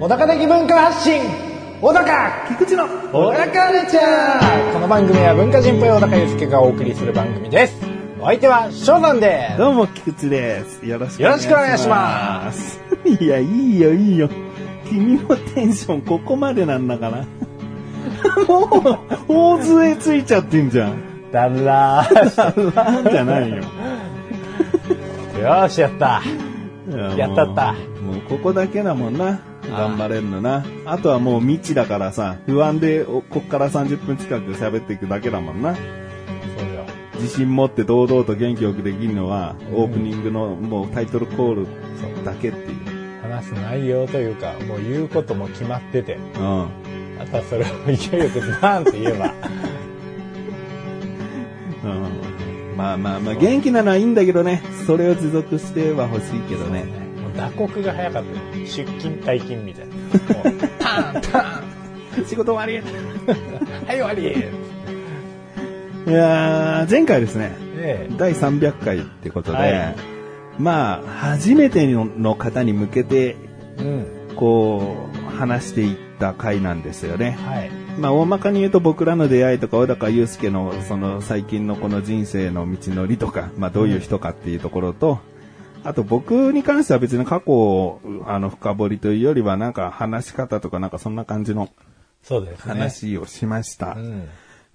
小高的文化発信小高菊池の小高ルチャーこの番組は文化人っぽい小高祐介がお送りする番組ですお相手は翔さんでどうも菊池です。よろしく。よろしくお願いします いや、いいよ、いいよ。君のテンションここまでなんだから。 もう、大杖ついちゃってんじゃん。すだらーしなんじゃないよ。よーしやったいややったったもうもうここだけだもんな。頑張れんのな。あとはもう未知だからさ、不安でおこっから30分近く喋っていくだけだもんな。そうよ自信持って堂々と元気よくできるのは、オープニングのもうタイトルコールだけっていう。話す内容というかもう言うことも決まっててうん。あとはそれを勢いよくバーンって言えばうんまあまあまあ、元気なのはいいんだけどね、それを持続しては欲しいけどね。もう打刻が早かったよ出勤退勤みたいなもうターンターン仕事終わりはい終わりえいやー前回ですね、え第300回ってことで、はいまあ、初めての方に向けて、うんこう、話していった回なんですよね。はいまあ、大まかに言うと僕らの出会いとか、小高祐介のその最近のこの人生の道のりとか、まあ、どういう人かっていうところと、あと僕に関しては別に過去を、あの、深掘りというよりは、なんか話し方とか、なんかそんな感じのそうですね話をしました。うん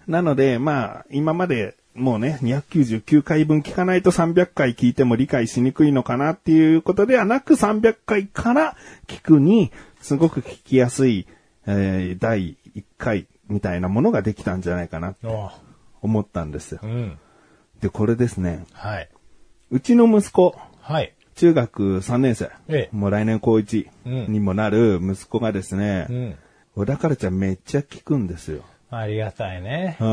なので、まあ、今まで、もうね、299回分聞かないと300回聞いても理解しにくいのかなっていうことではなく、300回から聞くに、すごく聞きやすい、えー第1回みたいなものができたんじゃないかな、おう思ったんですよう。んで、これですね、はいうちの息子、はい中学3年生、ええもう来年高1うんにもなる息子がですね、うん小田からちゃんめっちゃ聞くんですよ。ありがたいねうん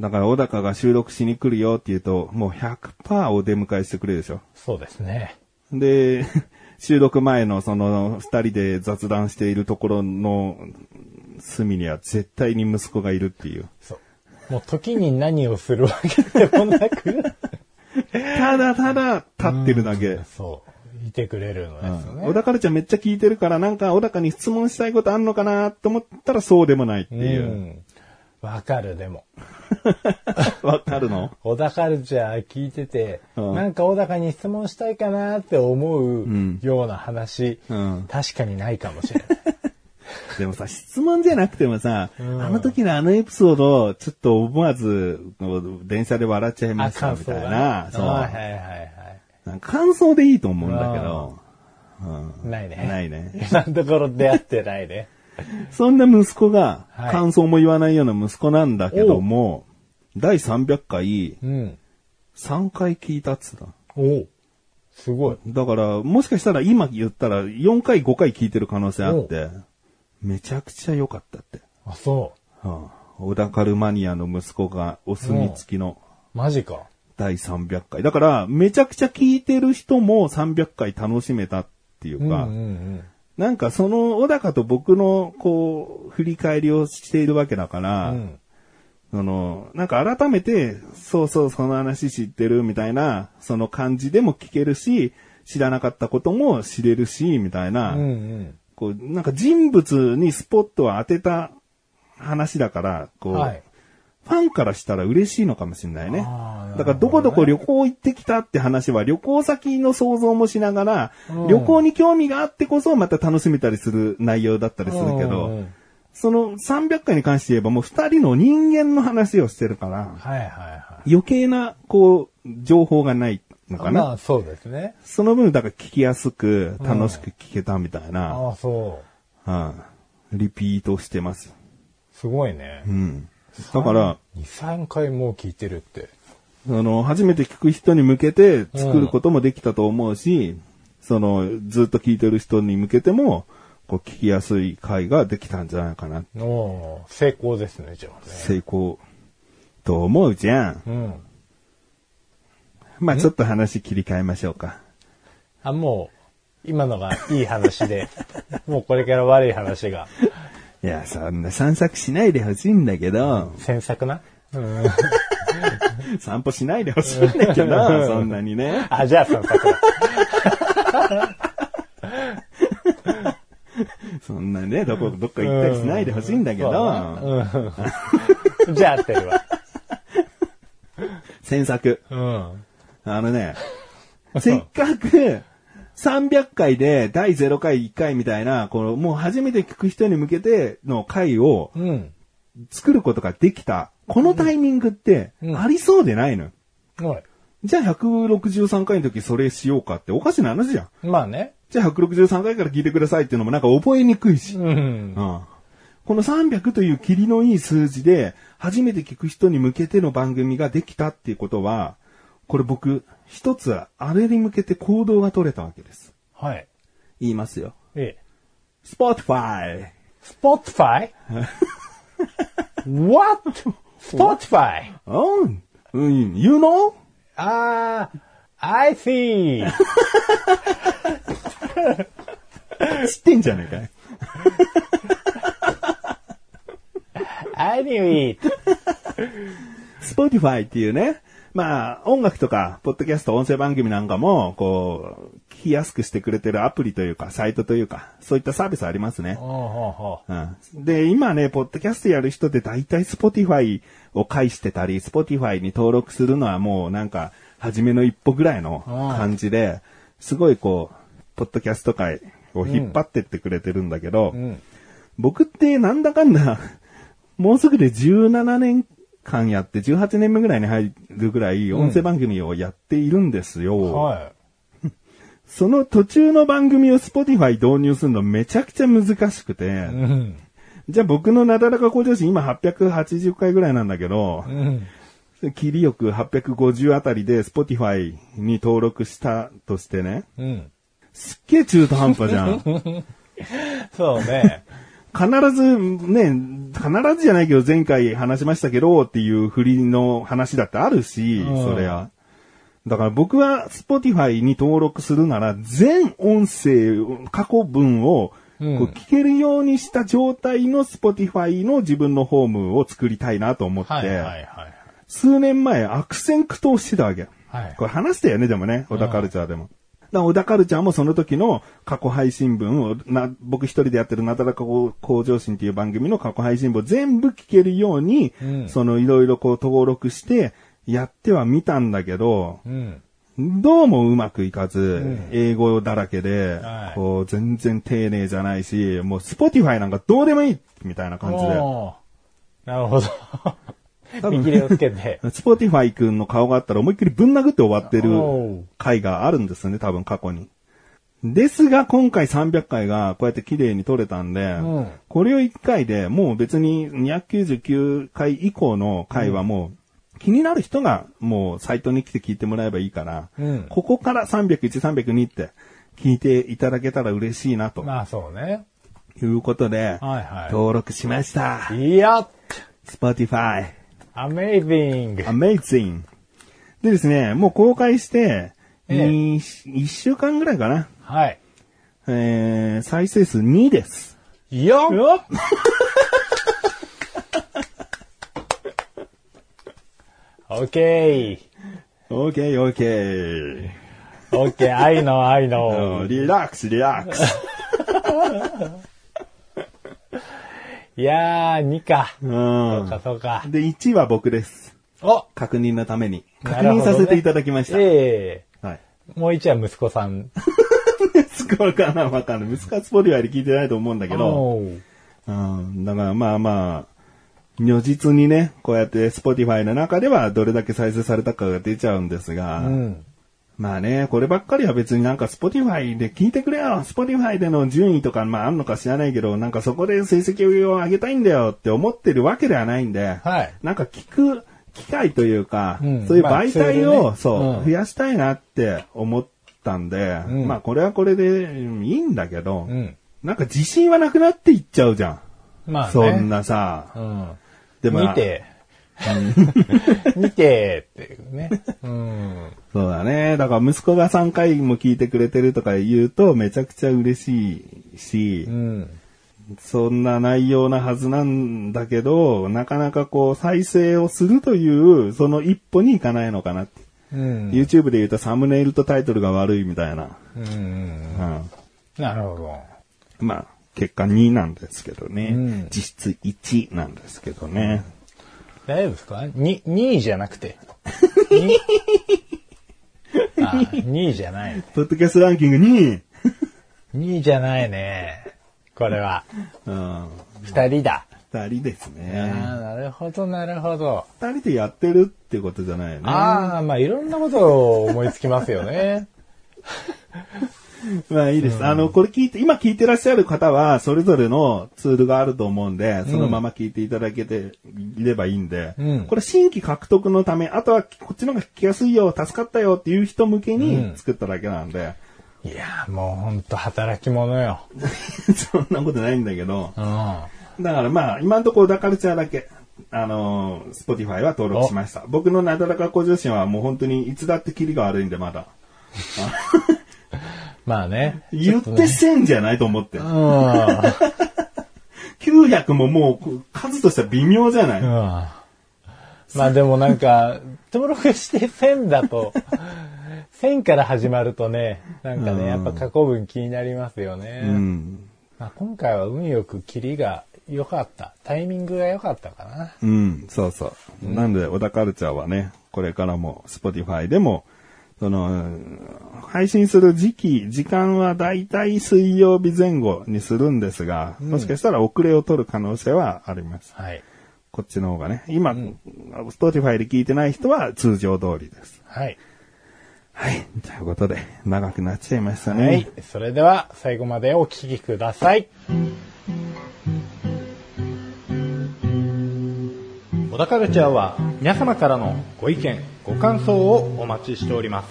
だから、小高が収録しに来るよって言うと、もう100%お出迎えしてくれるでしょ。そうですねで、 収録前のその、二人で雑談しているところの隅には絶対に息子がいるっていう。そうもう時に何をするわけでもな くただただ立ってるだけ。そういてくれるのですよね、小高るちゃんめっちゃ聞いてるから、なんか小高に質問したいことあんのかなと思ったらそうでもないっていうう。ん。わかる、でも。 わ、かるの小田カルチャー聞いてて、うんなんか小高に質問したいかなって思うような話、うん確かにないかもしれない。でもさ、質問じゃなくてもさ、んあの時のあのエピソード、ちょっと思わず、電車で笑っちゃい まあ、した感み想たいがなね。。そう。はいはいはいなんか感想でいいと思うんだけど、はい。ないね。ないね。今のところ出会ってないね。そんな息子が、はい感想も言わないような息子なんだけども、第300回、うん。 3回聞いたっつった。おうすごい。だから、もしかしたら今言ったら4回5回聞いてる可能性あって、めちゃくちゃ良かったって。あ、そはあ、小田カルマニアの息子がお墨付きのう。マジか。第300回。だから、めちゃくちゃ聞いてる人も300回楽しめたっていううんうんか、うん。なんかその小高と僕のこう、振り返りをしているわけだかうら、ん。その、なんか改めて、そうそうその話知ってるみたいな、その感じでも聞けるし、知らなかったことも知れるし、みたいな、うんうん。こう、なんか人物にスポットを当てた話だから、こう、はい。ファンからしたら嬉しいのかもしれないねあー。だからどこどこ旅行行ってきたって話は旅行先の想像もしながら、うん旅行に興味があってこそまた楽しめたりする内容だったりするけど、うんうんその300回に関して言えばもう2人の人間の話をしてるから、はいはいは余計な、こう、情報がないのかい。な。まあそうですね。その分、だから聞きやすく、楽しく聞けたみたいな、ああ、そう。うんリピートしてます。すごいね。うん。だから、 2、3回もう聞いてるって。その、初めて聞く人に向けて作ることもできたと思うし、その、ずっと聞いてる人に向けても、こう、聞きやすい回ができたんじゃないかな。おー成功ですね、じゃあね。成功、と思うじゃん。うん。まあちょっと話切り替えましょうか。あ、 もう、今のがいい話で、もうこれから悪い話がいや、そんな散策しないでほしいんだけど、詮索な。うん。散歩しないでほしいんだ けど、そんなにね。あ、じゃあ詮索だ。そんなね、どこ、どっか行ったりしないでほしいんだけど、うん。 じゃあ合ってるわ。詮索。うん。あ のね、せっかく、300回で第0回1回みたいな、このもう初めて聞く人に向けての回をうん。作ることができた、このタイミングってうんありそうでないのよ。おい。じゃあ163回の時それしようかっておかしな話じゃん。まあね。じゃあ163回から聞いてくださいっていうのもなんか覚えにくいし。うん。うんこの300という霧のいい数字で、初めて聞く人に向けての番組ができたっていうことは、これ僕、一つ、あれに向けて行動が取れたわけです。はい。言いますよ。ええ。 Spotify! Spotify?What? Spotify? うんうん、you know? あー、I see. 知ってんじゃねえかい。 I knew it. Spotify っていうね、まあ、音楽とか、ポッドキャスト、音声番組なんかも、こう、聞きやすくしてくれてるアプリというか、サイトというか、そういったサービスありますね。ほうほうほうんで、今ね、ポッドキャストやる人って大体 Spotify を介してたり、Spotify に登録するのはもうなんか、初めの一歩ぐらいの感じで、すごいこう、ポッドキャスト界を引っ張ってってくれてるんだけど、う。うん。僕ってなんだかんだ、もうすぐで17年間やって、18年目ぐらいに入るぐらい音声番組をやっているんですよ。はその途中の番組を Spotify 導入するのめちゃくちゃ難しくて、い。うん。じゃあ僕のなだらか向上心今880回ぐらいなんだけどう、ん。切りよく850あたりで Spotify に登録したとしてね、うん。すっげえ中途半端じゃん。必そうね。ずね、必ずじゃないけど前回話しましたけどっていう振りの話だってあるし、うんそりゃ。だから僕は Spotify に登録するなら全音声、過去文をこううん聞けるようにした状態の Spotify の自分のホームを作りたいなと思って、はいはいはい。数年前、悪戦苦闘してたわけ。はいこれ話したよね、でもね、小田カルチャーでも。だから小田カルチャーもその時の過去配信分を、な、僕一人でやってるなだらか向上心っていう番組の過去配信分を全部聞けるように、うんそのいろいろこう登録して、やってはみたんだけど、うん。どうもうまくいかず、英語だらけで、はいこう全然丁寧じゃないし、もう Spotify なんかどうでもいいみたいな感じで。おーなるほ多ど。分見切れをつけて。スポーティファイ君の顔があったら思いっきりぶん殴って終わっておるう回があるんですよね、多分過去に。ですが、今回300回がこうやって綺麗に撮れたんで、うんこれを1回でもう別に299回以降の回はもう気になる人がもうサイトに来て聞いてもらえばいいから、うんここから301、302って聞いていただけたら嬉しいなとまあそうね。いうことで、はいはい登録しました。いやっ Spotify。 !Amazing! Amazing. でですね、もう公開して、ええに1週間ぐらいかな。はい。えー、再生数2です。いやっオッケ OK, OK. ー。オッケー、I know, I know. リラックス、リラックス。いやー、2か。うそうか、ん。そうか。で、1は僕です。お確認のために。な確るほどね認させていただきました。えはい。 えもう1は息子さん。息子わかんない、わかんない。息子はスポリファイで聞いてないと思うんだけど。おーうん。だからまあまあ、如実にね、こうやってスポティファイの中ではどれだけ再生されたかが出ちゃうんですが、うん。まあね、こればっかりは別になんか Spotify で聞いてくれよ !Spotify での順位とかまああんのか知らないけど、なんかそこで成績を上げたいんだよって思ってるわけではないんで、はいなんか聞く機会というか、うんそういうまあ媒体ツールを、ねそう、うん増やしたいなって思ったんで、んまあこれはこれでうんいいんだけど、うん。なんか自信はなくなっていっちゃうじゃん。まあね。そん。なさ。うん。でも、見 て。見てっていうね。うん。そうだね。だから息子が3回も聞いてくれてるとか言うとめちゃくちゃ嬉しいし、うん。そんな内容なはずなんだけど、なかなかこう再生をするという、その一歩に行かないのかなって。うん。 YouTube で言うとサムネイルとタイトルが悪いみたいな。うん。うん。なるほど。まあ、結果2なんですけどね。うん実質1なんですけどね。大丈夫ですかに、2位じゃなくて。にあ、2位じゃない。ポッドキャストランキング2位2位じゃないね。これは。うん。 2人だ。二人であすあ、ね。なるほど、なるほど。二人でやってるってことじゃないよね。ああ、まあいろんなことを思いつきますよね。まあいいです。あの、これ聞いて、今聞いてらっしゃる方は、それぞれのツールがあると思うんで、そのまま聞いていただけていればいいんで、うんこれ新規獲得のため、あとはこっちの方が聞きやすいよ、助かったよっていう人向けに作っただけなんで、 いやー、もうほんと働き者よ。そんなことないんだけど、うん。だからまあ、今のところダカルチャーだけ、あのー、Spotify は登録しました。僕のなだらか向上心はもう本当にいつだってキリが悪いんで、まだ。まあね。言ってせんじゃないと思ってう。ん。うん。 900ももう数としては微妙じゃない、まあでもなんか、登録して1000だと、1000から始まるとね、なんかね、やっぱ過去分気になりますよね。うん。まあ、今回は運よくキリが良かった。タイミングが良かったかな。うん、そうそう。なんで、小田カルチャーはね、これからも、Spotify でも、その、うん配信する時期、時間はだいたい水曜日前後にするんですが、もしかしたら遅れを取る可能性はあります。はい。こっちの方がね。今、Spotify で聞いてない人は通常通りです。はい。はい。ということで、長くなっちゃいましたね。はい。それでは最後までお聞きください。小田カルチャーは皆様からのご意見、ご感想をお待ちしております。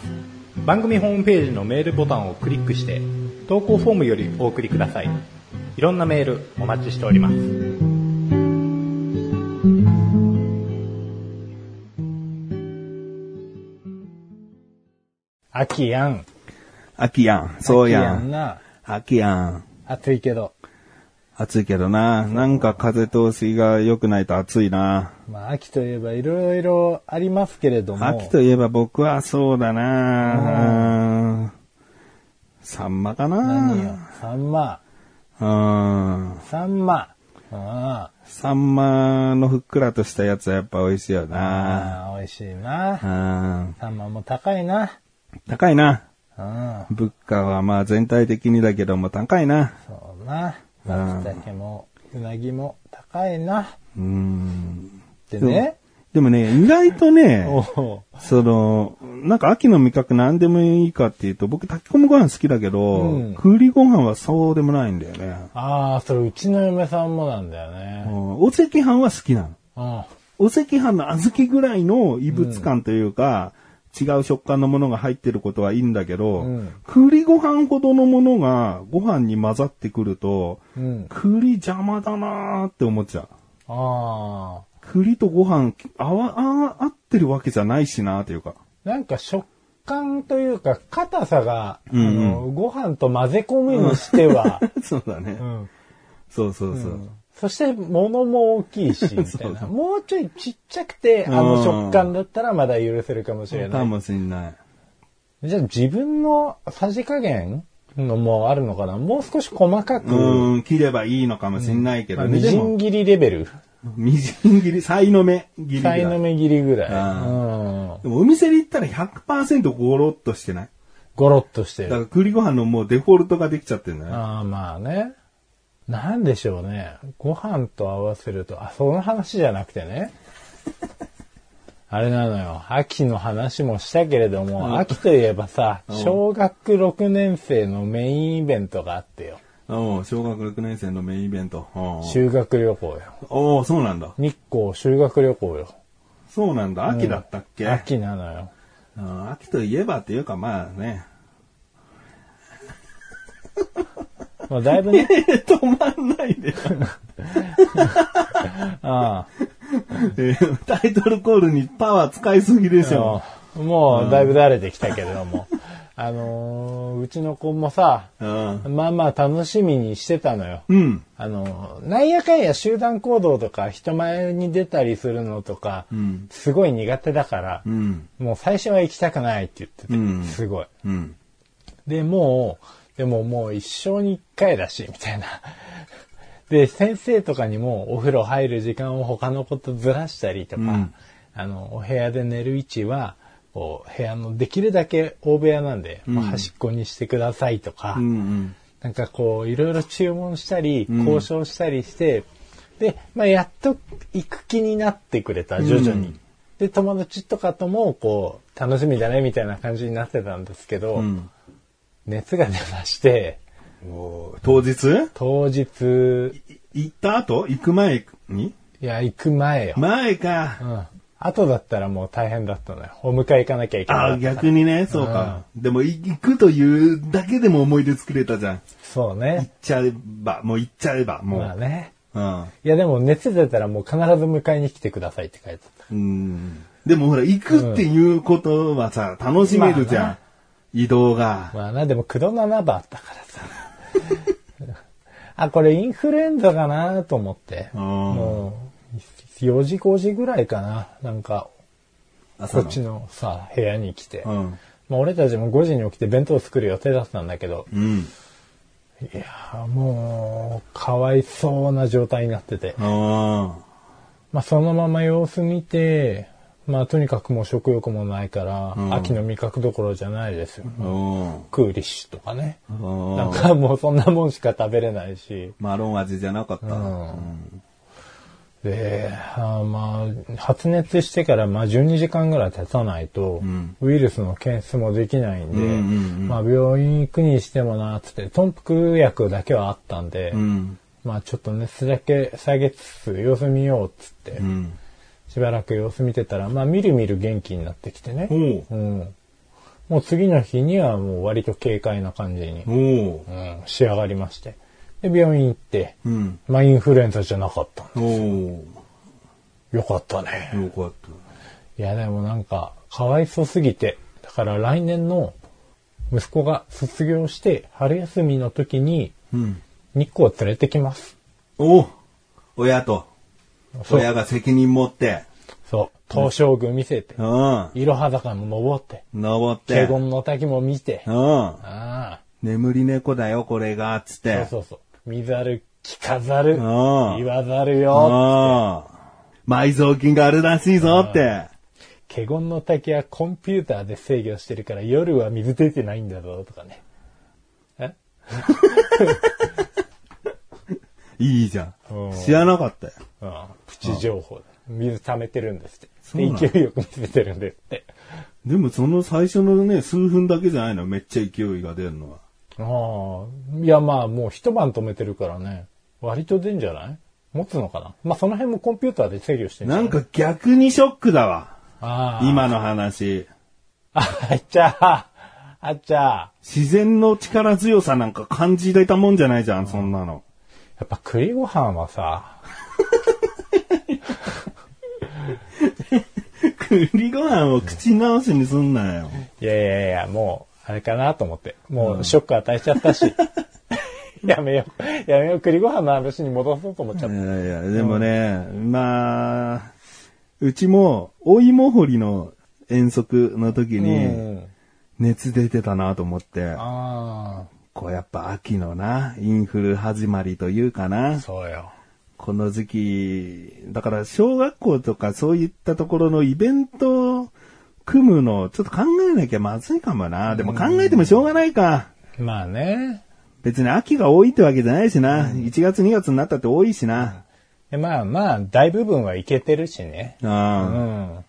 番組ホームページのメールボタンをクリックして、投稿フォームよりお送りください。いろんなメールお待ちしております。あきやん。秋やん。そうや秋ん。な。秋やん。暑いけど。暑いけどな。なんか風通しが良くないと暑いな。まあ、秋といえばいろいろありますけれども。秋といえば僕はそうだな。サンマか何よな。。サンマ。うん。サンマ。あサンマのふっくらとしたやつはやっぱ美味しいよな。あ、美味しいなう。ん。サンマも高いな。高いな。うん。物価はまあ全体的にだけども高いな。そうな。うん松茸も、うなぎも高いな。うん。でね。でもね、意外と おね、うその、なんか秋の味覚何でもいいかっていうと、僕炊き込みご飯好きだけど、うん栗ご飯はそうでもないんだよね。ああ、それうちの嫁さんもなんだようね。んお赤飯は好きなの。うん。お赤飯の小豆ぐらいの異物感というか、違う食感のものが入ってることはいいんだけど、うん栗ご飯ほどのものがご飯に混ざってくると、うん。栗邪魔だなーって思っちゃう。ああ。栗とご飯合わ、あ合ってるわけじゃないしなーというか。なんか食感というか、硬さが、うんうんあのご飯と混ぜ込むにして は、そうだね。うんそうそうそう。そして物も大きいし、みたいな。もうちょいちっちゃくて、あの食感だったらまだ許せるかもしれなかい。もしんない。じゃあ自分のさじ加減のもあるのかなもう少し細かく、うーん、切ればいいのかもしんないけまどあね。みでじもん、切りレベル。みじん切り、さいの目切りぐらさい。いの目切りぐらい。あうん。でもお店に行ったら100%ゴロッとしてない。ゴロッとしてだかる。ら栗ご飯のもうデフォルトができちゃってるんだね。ああ、まあね。なんでしょうね。ご飯と合わせると、あ、その話じゃなくてね。あれなのよ。秋の話もしたけれども、秋といえばさ、小学6年生のメインイベントがあってよ。おう小学6年生のメインイベント。おう修学旅行よ。おうそうなんだ。日光修学旅行よ。そうなんだ。秋だったっけ、秋なのよ。うん秋といえばっていうかまあね。まあ、だいぶ ね、 止まんないで。あ えータイトルコールにパワー使いすぎでしょ。あもうだいぶ慣れてきたけれども。あのーうちの子もさ、うん。まあまあ楽しみにしてたのよ。うん。あの、なんやかんや集団行動とか人前に出たりするのとか、うん。すごい苦手だから、うん。もう最初は行きたくないって言ってて、うんすごい。うん。で、もう、でももう一生に一回だし、みたいな。 で、先生とかにもお風呂入る時間を他のことずらしたりとか、うんあの、お部屋で寝る位置は、こう、部屋のできるだけ大部屋なんで、もう端っこにしてくださいとか、うん。なんかこう、いろいろ注文したり、うん交渉したりして、で、まあ、やっと行く気になってくれた、徐々に。うんで、友達とかとも、こう、楽しみだね、みたいな感じになってたんですけど、うん。熱が出まして、おー当日当日、行った後行く前にいや、行く前よ。前か。うん。後だったらもう大変だったのよ。お迎え行かなきゃいけない。ああ、逆にね、そうか。でも、い行くというだけでも思い出作れたじゃん。そう行ねっ。ちゃえば、もう行っちゃえば、もう。まあね。うんいや、でも熱出たらもう必ず迎えに来てくださいって書いてあった。うん。でもほら、行くっていうことはさ、楽しめるじゃん。まあな移動が。まあな、でも、クロナナバーだからさ。あ、これインフルエンザかなと思って。うんもう、4時5時ぐらいかな。なんか、こ朝っちのさ、部屋に来て。うん。まあ俺たちも5時に起きて弁当作る予定だったんだけど、うん。いやーもう、かわいそうな状態になってて。あまあそのまま様子見て、まあとにかくもう食欲もないから、ん秋の味覚どころじゃないですよ。あ。うん。クーリッシュとかね。なんうんかもうそんなもんしか食べれないし。マロン味じゃなかった。うんうんで、あーまあ、発熱してから、まあ、12時間ぐらい経たないと、んウイルスの検出もできないんで、うんうんうんまあ、病院行くにしてもな、つって、豚腹薬だけはあったんで、うん。まあ、ちょっと熱だけ下げつつ、様子見よう、つって、うん。しばらく様子見てたら、まあ、みるみる元気になってきてね、おうん。もう次の日にはもう割と軽快な感じにう、おうん、仕上がりまして。で、病院行って、う。うん。まあ、インフルエンザじゃなかった。おうよかったね。よかっいや、でもなんか、かわいそうすぎて、だから来年の息子が卒業して、春休みの時にた。うん。日光を連れてきます。おう親と。そう親が責任持って。そう。東照宮見せてう、ん。いろは坂も登って、登って。華厳の滝も見て、うん。あ眠り猫だよ、これが、つっあ、そうて。そうそう。見ざる、聞かざる、ん言わざるうよ。ん。埋蔵金があるらしいぞって。華厳の滝はコンピューターで制御してるから夜は水出てないんだぞ、とかね。えいいじゃうんん。知らなかったよ。うんプチ情報だ。水溜めてるんですって。そうなので勢いよく見せてるんですって。でもその最初のね、数分だけじゃないの、めっちゃ勢いが出るのは。ああ、いやまあもう一晩止めてるからね、割と出んじゃない持つのかなまあその辺もコンピューターで制御してんじゃなないん、か逆にショックだわ。ああ、。今の話。 あっちゃあ、あっちゃあ。自然の力強さなんか感じれたもんじゃないじゃん、そんなの。やっぱ栗ご飯はさ、栗ご飯を口直しにすんな よ。いやいやいや、もう、あれかなと思って。もうショック与えちゃったし。やめよう。やめよう。栗ご飯の話に戻そうと思っちゃっいた。やいや、でもね、まあ、うちも、お芋掘りの遠足の時うに、ん。熱出てたなと思って、あこうやっぱ秋のな、インフル始まりというかなあ、、そうよ。この時期、だから小学校とかそういったところのイベントを組むの、ちょっと考えなきゃまずいかもな。でも考えてもしょうがないか。まあね。別に秋が多いってわけじゃないしな。1月2月になったって多いしな。でまあまあ、大部分はいけてるしね。う。うんん。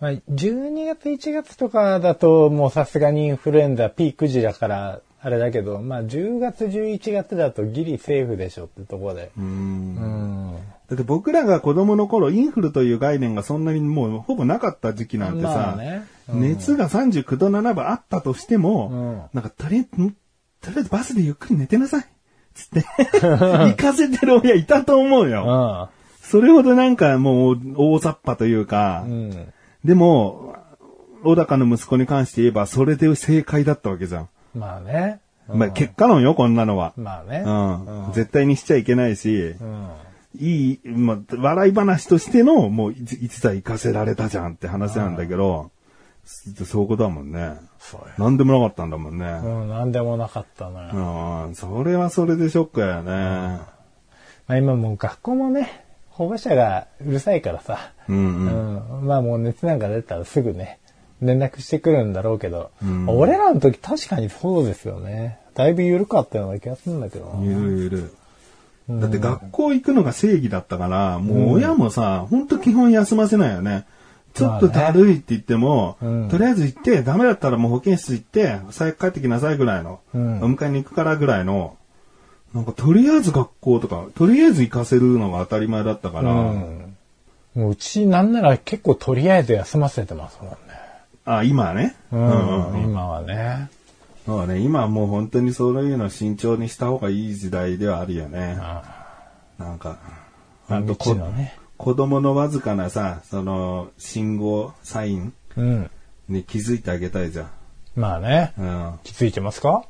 まあ、12月、1月とかだと、もうさすがにインフルエンザピーク時だから、あれだけど、まあ10月、11月だとギリセーフでしょってとこで。うんうん。だって僕らが子供の頃、インフルという概念がそんなにもうほぼなかった時期なんてさ、まあねうん熱が39度7分あったとしても、うなんかとりあえず、んとりあえずバスでゆっくり寝てなさい。つって、 行かせてる親いたと思ううよ。ん。それほどなんかもう大雑把というか、うん。でも、小高の息子に関して言えば、それで正解だったわけじゃん。まあね。うんまあ、結果論よ、こんなのは。まあね。うん。絶対にしちゃいけないし、うん。いい、まあ、笑い話としての、もういつ、いつだ行かせられたじゃんって話なんだけど、そそういうことだもんね。そうよ。なんでもなかったんだもんね。うん、なんでもなかったのよ。うん、それはそれでショックだよね。まあ今もう学校もね、保護者がうるさいからさ、うんうん。うん、まあもう熱なんか出たらすぐね、連絡してくるんだろうけど、俺らの時確かにそうですよね。だいぶ緩かったような気がするんだけどな。ゆるゆる。だって学校行くのが正義だったから、もう親もさ、ほんと基本休ませないよね。ちょっとだるいって言っても、うんとりあえず行って、ダメだったらもう保健室行って、早く帰ってきなさいぐらいの、うんお迎えに行くからぐらいの、なんかとりあえず学校とか、とりあえず行かせるのが当たり前だったから、うん。もううちなんなら結構とりあえず休ませてますもんね。あ、今はね。ううんん、今はね。そうね、今はもう本当にそういうの慎重にした方がいい時代ではあるよね。なんか、なんとこ未知のね子供のわずかなさ、その、信号、サインうん。に気づいてあげたいじゃん。まあね。うん気づいてますか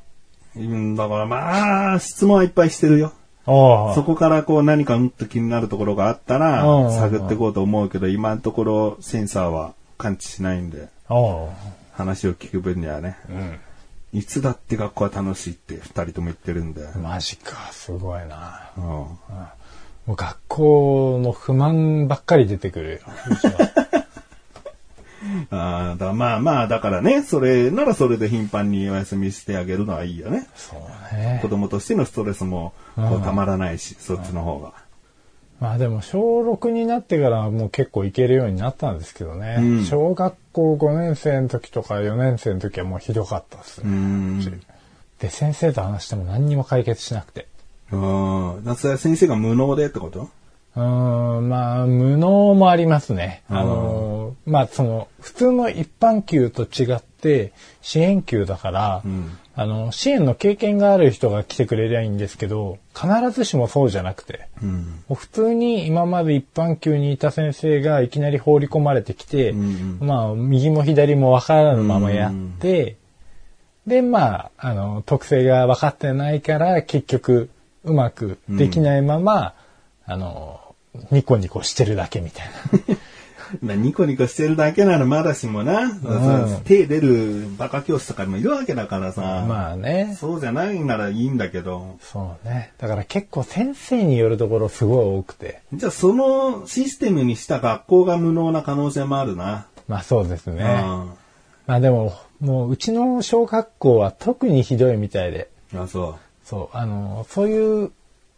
うん。だからまあ、質問はいっぱいしてるよ。あそあ。こからこう何かうんと気になるところがあったらうんうんうん、探っていこうと思うけど、今のところセンサーは感知しないんで、ああ。話を聞く分にはね。いつだって学校は楽しいって二人とも言ってるんで。マジか、すごいな。うんもう学校の不満ばっかり出てく るよ。ああ、だまあまあ、だからね、それならそれで頻繁にお休みしてあげるのはいいよね。そうね 子。供としてのストレスもこうたまらないし、そっちの方が。まあでも小6になってからもう結構行けるようになったんですけどね。うん小学校5年生の時とか4年生の時はもうひどかったですうね。ん。で、先生と話しても何にも解決しなくて。うん。夏は先生が無能でってことうーん、まあ、無能もありますね。あのー、まあその、普通の一般級と違って支援級だから、んあの、支援の経験がある人が来てくれりゃいいんですけど、必ずしもそうじゃなくて。うん。もう普通に今まで一般級にいた先生がいきなり放り込まれてきて、うんまあ、右も左も分からぬままやって、で、まあ、あの、特性が分かってないから、結局、うまくできないまま、あの、ニコニコしてるだけみたいまあ、ニコニコしてるだけならまだしもな、そう手出るバカ教師とかにもいるわけだからさな。。まあね。そうじゃないならいいんだけど。そうね。だから結構先生によるところすごい多くて。じゃあそのシステムにした学校が無能な可能性もあるな。まあそうですね。うん。まあでも、もううちの小学校は特にひどいみたいで。あ、そう。そう、あの、そういう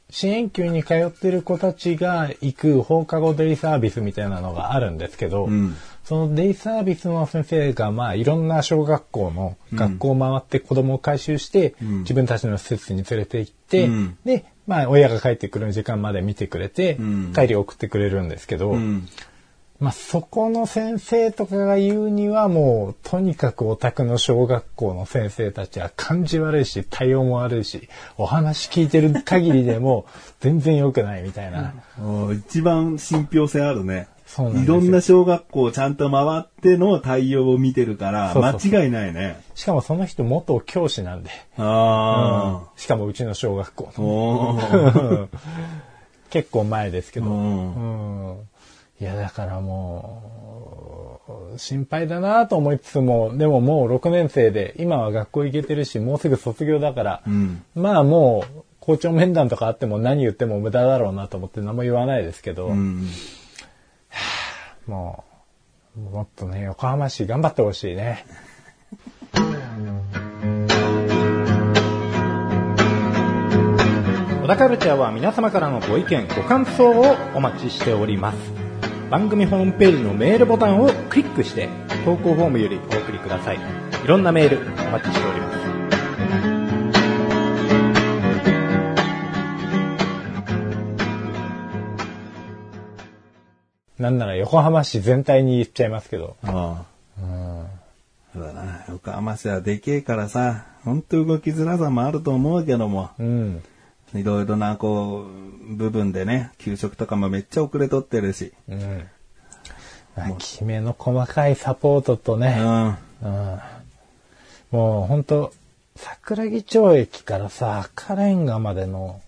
支援級に通ってる子たちが行く放課後デイサービスみたいなのがあるんですけど、うんそのデイサービスの先生が、まあ、いろんな小学校の学校を回って子供を回収して、うん自分たちの施設に連れて行って、うんで、まあ、親が帰ってくる時間まで見てくれて、うん帰り送ってくれるんですけど、うん。まあ、そこの先生とかが言うにはもうとにかくお宅の小学校の先生たちは感じ悪いし対応も悪いしお話聞いてる限りでも 全然良くないみたいな。おー一番信憑性あるね。そうなんですいよろんな小学校をちゃんと回っての対応を見てるから、そうそうそう間違いないね。しかもその人元教師なんで、あしかもうちの小学校あ。のおー結構前ですけうど、んうんいや、だからもう、心配だなと思いつつも、でももう6年生で、今は学校行けてるし、もうすぐ卒業だから、うんまあもう、校長面談とかあっても何言っても無駄だろうなと思って何も言わないですけど、うん。もう、もっとね、横浜市頑張ってほしいね。小田カルチャーは皆様からのご意見、ご感想をお待ちしております。番組ホームページのメールボタンをクリックして、投稿フォームよりお送りください。いろんなメールお待ちしております。なんなら横浜市全体に言っちゃいますけど。ああ。そうだな。横浜市はでけえからさ、ほんと動きづらさもあると思うけども、うん。いろいろな、こう、部分でね、給食とかもめっちゃ遅れとってるし。うん。きめの細かいサポートとうね、ん。うんもう本当桜木町駅からさ、赤レンガまでの、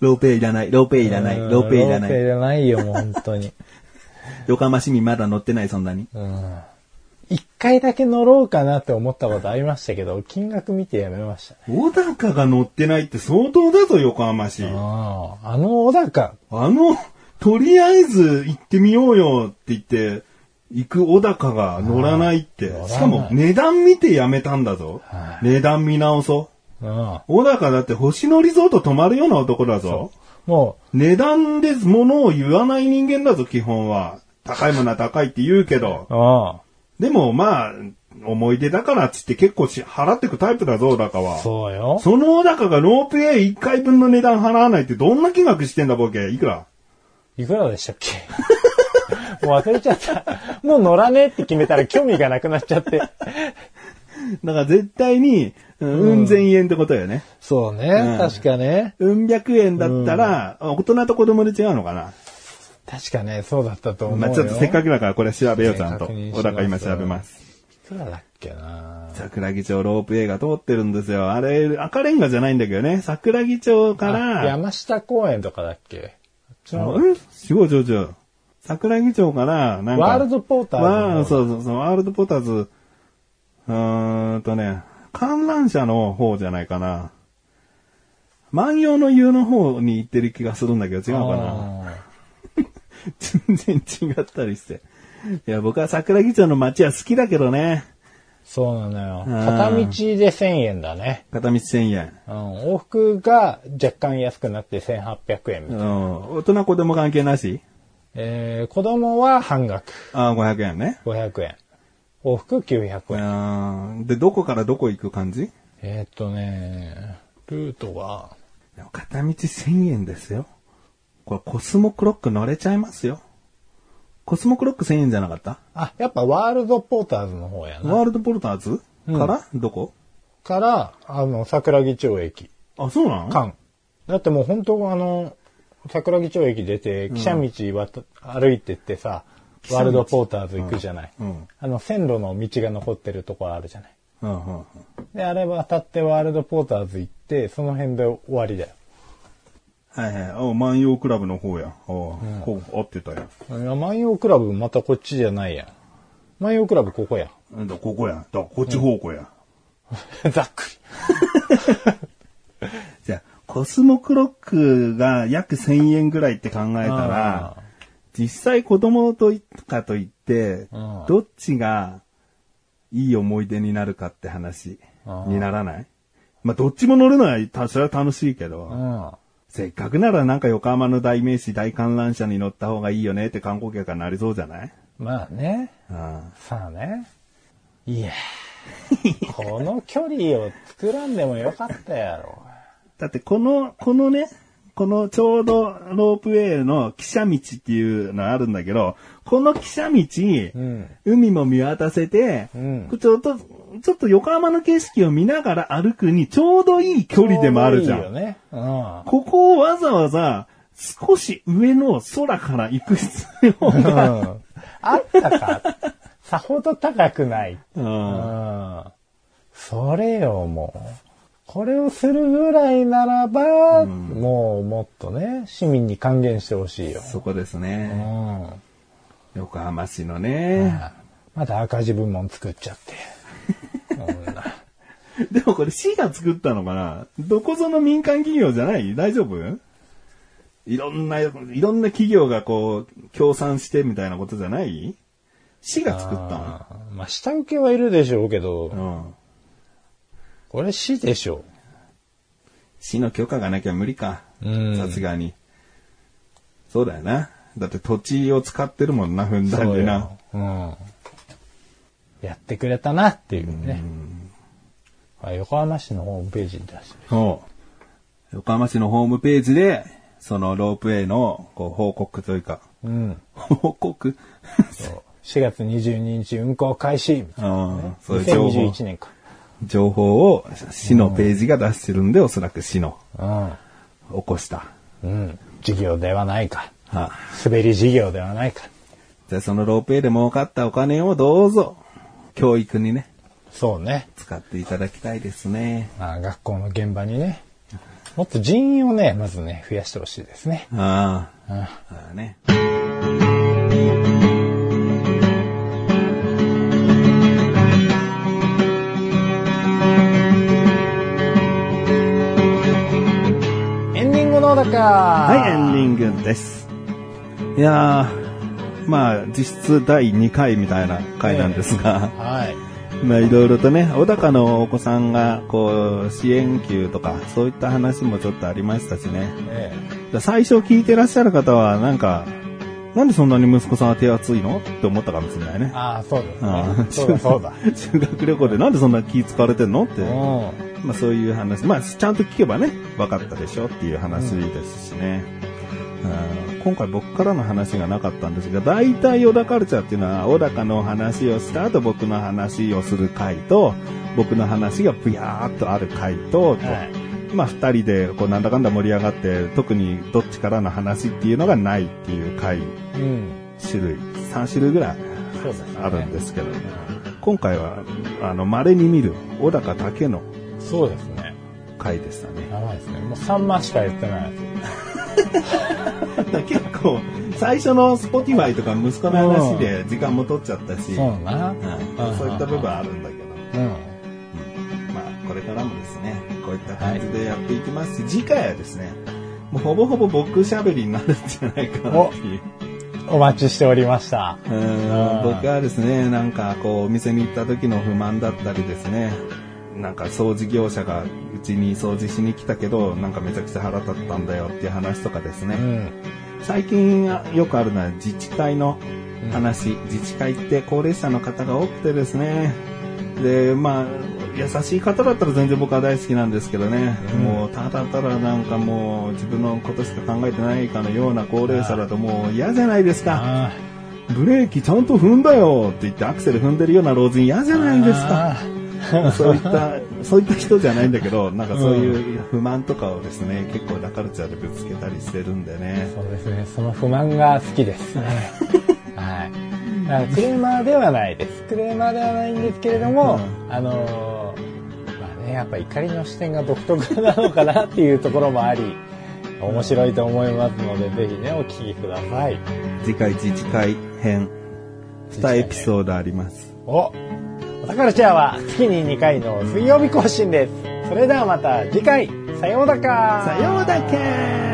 ローペいらない、ローペいらない、うんローペいらロなーペい。いらないよ、もう本当に。 横浜市民まだ乗ってない、そんなに。うん一回だけ乗ろうかなって思ったことありましたけど、金額見てやめましたね。小高が乗ってないって相当だぞ、横浜市。あああ、あの小高、の、とりあえず行ってみようよって言って、行く小高が乗らないってう。んしかも値段見てやめたんだぞは。値段見直そう。うん、小高だって星野リゾート泊まるような男だぞ。も値段で物を言わない人間だぞ、基本は。高いものは高いって言うけど。う、あでもまあ、思い出だからっつって結構し払ってくタイプだぞ、小高は。あ、そうよ。その小高がロープウェイ1回分の値段払わないってどんな金額してんだ、ボケ。いくらいくらでしたっ けもう忘れちゃった。もう乗らねえって決めたら興味がなくなっちゃ って。だから絶対に、うん、うん千円ってことよね。そうね、うん確かね。うん百円だったら、大人と子供で違うのかな。確かね、そうだったと思うよ。まあちょっとせっかく。くだからこれ調べよう、ちゃんと。確認しま小す高今調べます。いくらだっけな桜木町ロープウェイが通ってるんですよ。あれ、赤レンガじゃないんだけどね。桜木町かあら、山下公園とかだっけあっちの方うん違う違う違う。桜木町から、なんか。ワールドポーターズの方わーそうそうそう、ワールドポーターズ、うーんとね、観覧車の方じゃないかな。万葉の湯の方に行ってる気がするんだけど、違うのかな全然違ったりして。いや、僕は桜木町の街は好きだけどね。そうなのよ。うん片道で1000円だね。片道1000円。うん、往復が若干安くなって1800円みたいうな。ん。大人子供関係なしえー、子供は半額ああ、500円ね。 500円。往復900う円。ん。で、どこからどこ行く感じいえーっとね、ルートが、や片道1000円ですよ。これコスモクロック乗れちゃいますよ。コスモクロック1000円じゃなかったあ、やっぱワールドポーターズの方やな。ワールドポルターズから、どこから、あの、桜木町駅、あ、そうなの間。だってもう本当あの、桜木町駅出て、汽車道わた歩いてってさ、道ワールドポーターズ行くじゃない。うんうんあの、線路の道が残ってるとこあるじゃない。うんうんうん。で、あれ渡ってワールドポーターズ行って、その辺で終わりだよ。はいはい。お万葉クラブの方や。おこう、合ってたや。いや、万葉クラブまたこっちじゃないやん。万葉クラブここや。うんだ、ここや。だ、こっち方向や。 ざっくじゃあ、コスモクロックが約1000円ぐらいって考えたらあ、実際子供といかといってうん、どっちがいい思い出になるかって話あーにならないまあ、どっちも乗るのは、たそれは楽しいけど。り。うん。せっかくならなんか横浜の代名詞大観覧車に乗った方がいいよねって観光客がなりそうじゃないまあね。うん。さあね。いや。 この距離を作らんでもよかったやろ。だってこの、このね、このちょうどロープウェイの汽車道っていうのあるんだけど、この汽車道、うん。海も見渡せて、うんちょっと、ちょっと横浜の景色を見ながら歩くにちょうどいい距離でもあるじゃん。ちょうどいいよね。うん。ここをわざわざ少し上の空から行く必要うが、ん。あったか。さほど高くない。 うんうん。それよ、もう。これをするぐらいならば、もうもっとね、市民に還元してほしいよ。そこですうね。ん。横浜市のね、まだ赤字部門作っちゃって。でもこれ市が作ったのかなどこぞの民間企業じゃない大丈夫いろんな、いろんな企業がこう、協賛してみたいなことじゃない市が作ったあーまあ、下請けはいるでしょうけど、の。うん。これ市でしょ市の許可がなきゃ無理かうん。さすがに。そうだよな。だって土地を使ってるもんな、ふんう。だんでな。。うん。やってくれたなっていうね。あ横浜市のホームページに出してる。そう。横浜市のホームページで、そのロープウェイのこう報告というか、うん。報告そう4月22日運行開始。うんそういう情報2021。年か。情報を市のページが出してるんで、おそらく市のうん。起こした。うん。事業ではないか。は滑り事業ではないか。じゃあそのロープウェイで儲かったお金をどうぞ、教育にね、そうね。使っていただきたいですね。まあ、学校の現場にね。もっと人員をね、まずね、増やしてほしいですね。ああ、うんああね。エンディングのだかはい、エンデンィングです。いやー、まあ、実質第2回みたいな回なんですが、グ。はい。まあ、いろいろとね、小高のお子さんが、こう、支援級とか、そういった話もちょっとありましたしね。え最初聞いてらっしゃる方は、なんか、なんでそんなに息子さんは手厚いのって思ったかもしれないえね。ああ、そうですあね。あそうだ、そう だ。修学旅行でなんでそんな気使われてんのってう、ん。まあそういう話。まあちゃんと聞けばね、分かったでしょっていう話ですしね。うん今回僕からの話がなかったんですが、大体小田カルチャーっていうのは、小高の話をした後僕の話をする回と、僕の話がブヤーっとある回と、はい。まあ、二人で、こう、なんだかんだ盛り上がって、特にどっちからの話っていうのがないっていう回、うん。種類、三種類ぐらいそうですね。あるんですけど、今回は、あの、稀に見る、小高だけのうんそうですね。回でしたね。やばいですね。もう3万しか言ってない。結構、最初の Spotify とか息子の話で時間も取っちゃったし、そうだな。うんそういった部分あるんだけど、うん。まあ、これからもですね、こういった感じでやっていきますし、次回はですね、もうほぼほぼ僕喋りになるんじゃないかなっていう。お待ちしておりました。うーん僕はですね、なんかこう、お店に行った時の不満だったりですね、なんか掃除業者がうちに掃除しに来たけど、なんかめちゃくちゃ腹立ったんだよっていう話とかですうね、ん。最近よくあるのは自治会の話、自治会って高齢者の方が多くてですね、で、まあ、優しい方だったら全然僕は大好きなんですけどね、うんもうただただなんかもう自分のことしか考えてないかのような高齢者だともう嫌じゃないですか。あブレーキちゃんと踏んだよって言ってアクセル踏んでるような老人嫌じあゃないですか。あーそういった、そういった人じゃないんだけど、なんかそういう不満とかをですね、結構ダカルチャーでぶつけたりしてるんでね。そうですね。その不満が好きです ね。はい。だからクレーマーではないです。クレーマーではないんですけれども、うんあのーまあね、やっぱ怒りの視点が独特なのかなっていうところもあり、面白いと思いますので、ぜひね、お聞きください。次回自治会編、2エピソードあります。おお宝チャーは月に2回の水曜日更新です。それではまた次回、さようだかさようだけー